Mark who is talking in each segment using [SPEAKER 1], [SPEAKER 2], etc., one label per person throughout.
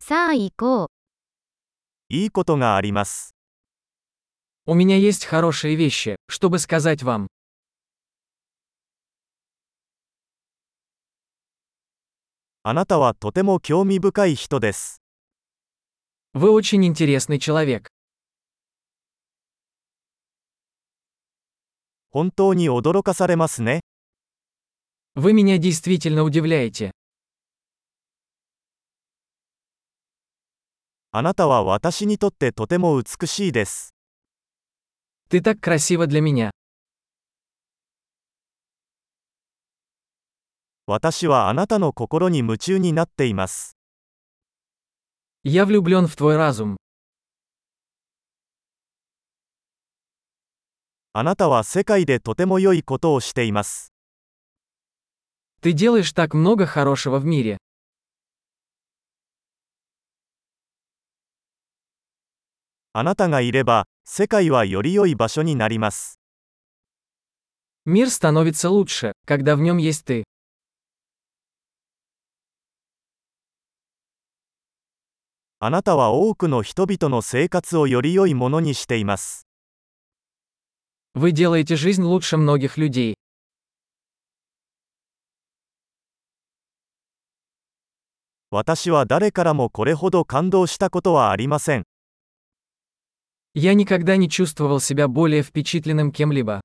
[SPEAKER 1] さあ行こう。
[SPEAKER 2] いいことがあります。
[SPEAKER 3] У меня есть хорошие вещи, чтобы сказать вам.
[SPEAKER 2] あなたはとても興味深い人です。
[SPEAKER 3] Вы очень интересный человек.
[SPEAKER 2] 本当に驚かされますね。
[SPEAKER 3] Вы меня действительно удивляете.
[SPEAKER 2] あなたは私にとってとても美しいです。
[SPEAKER 3] Ты так красива для меня.
[SPEAKER 2] 私はあなたの心に夢中になっています。
[SPEAKER 3] Я влюблен в твой разум.
[SPEAKER 2] あなたは世界でとても良いことをしています。
[SPEAKER 3] Ты делаешь так много хорошего в мире.
[SPEAKER 2] あなたがいれば、世界はより良い場所になります。
[SPEAKER 3] Мир становится лучше, когда в нем есть ты.
[SPEAKER 2] あなたは多くの人々の生活をより良いものにしています。
[SPEAKER 3] Вы делаете жизнь лучше многих людей.
[SPEAKER 2] 私は誰からもこれほど感動したことはありません。
[SPEAKER 3] Я никогда не чувствовал себя более впечатленным кем-либо.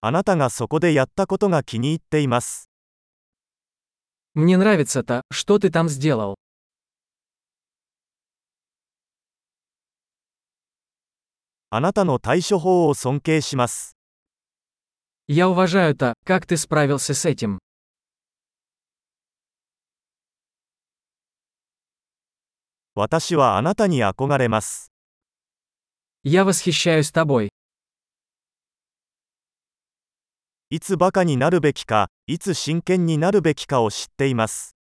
[SPEAKER 2] あなたがそこでやったことが気に入っています。
[SPEAKER 3] Мне нравится то, что ты там сделал.
[SPEAKER 2] あなたの対処法を尊敬します。
[SPEAKER 3] Я уважаю то, как ты справился с этим.
[SPEAKER 2] 私はあなたに憧れます。
[SPEAKER 3] Я восхищаюсь тобой.
[SPEAKER 2] いつバカになるべきか、いつ真剣になるべきかを知っています。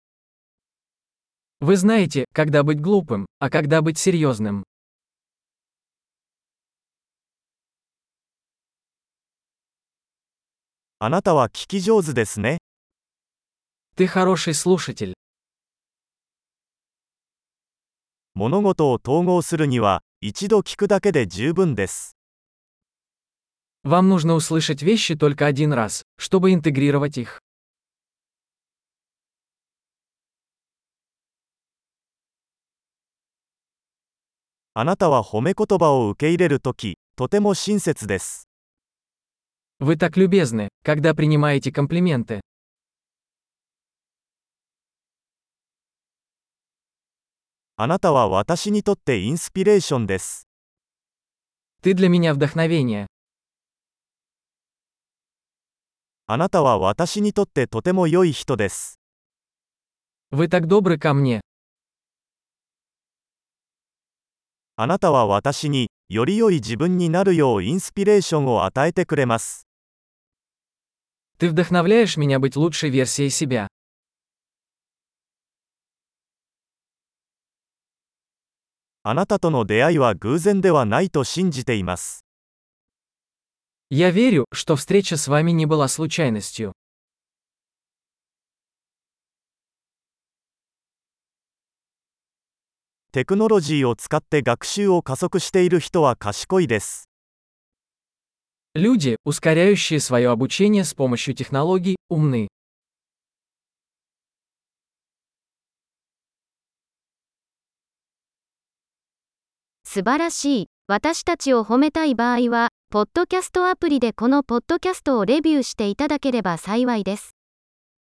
[SPEAKER 3] Вы знаете, когда быть глупым, а когда быть серьезным.
[SPEAKER 2] あなたは聞き上手ですね。
[SPEAKER 3] Ты хороший слушатель.
[SPEAKER 2] 物事を統合するには、一度聞くだけで十分です。
[SPEAKER 3] Вам нужно услышать вещи только один раз, чтобы интегрировать их.
[SPEAKER 2] あなたは褒め言葉を受け入れるとき、とても親切です。
[SPEAKER 3] Вы так любезны, когда принимаете комплименты.
[SPEAKER 2] あなたは私にとってインスピレーションです。
[SPEAKER 3] Ты для меня вдохновение.
[SPEAKER 2] あなたは私にとってとても良い人です。
[SPEAKER 3] Вы так добры ко мне.
[SPEAKER 2] あなたは私に、より良い自分になるようインスピレーションを与えてくれます。
[SPEAKER 3] Ты вдохновляешь меня быть лучшей версией себя.
[SPEAKER 2] あなたとの出会いは偶然ではないと信じています。
[SPEAKER 3] Я верю, что встреча с вами не была случайностью.
[SPEAKER 2] テクノロジーを使って学習を加速している人は賢いです。
[SPEAKER 3] Люди, ускоряющие свое обучение с помощью технологий, умны.
[SPEAKER 1] 素晴らしい。私たちを褒めたい場合は、ポッドキャストアプリでこのポッドキャストをレビューしていただければ幸いです。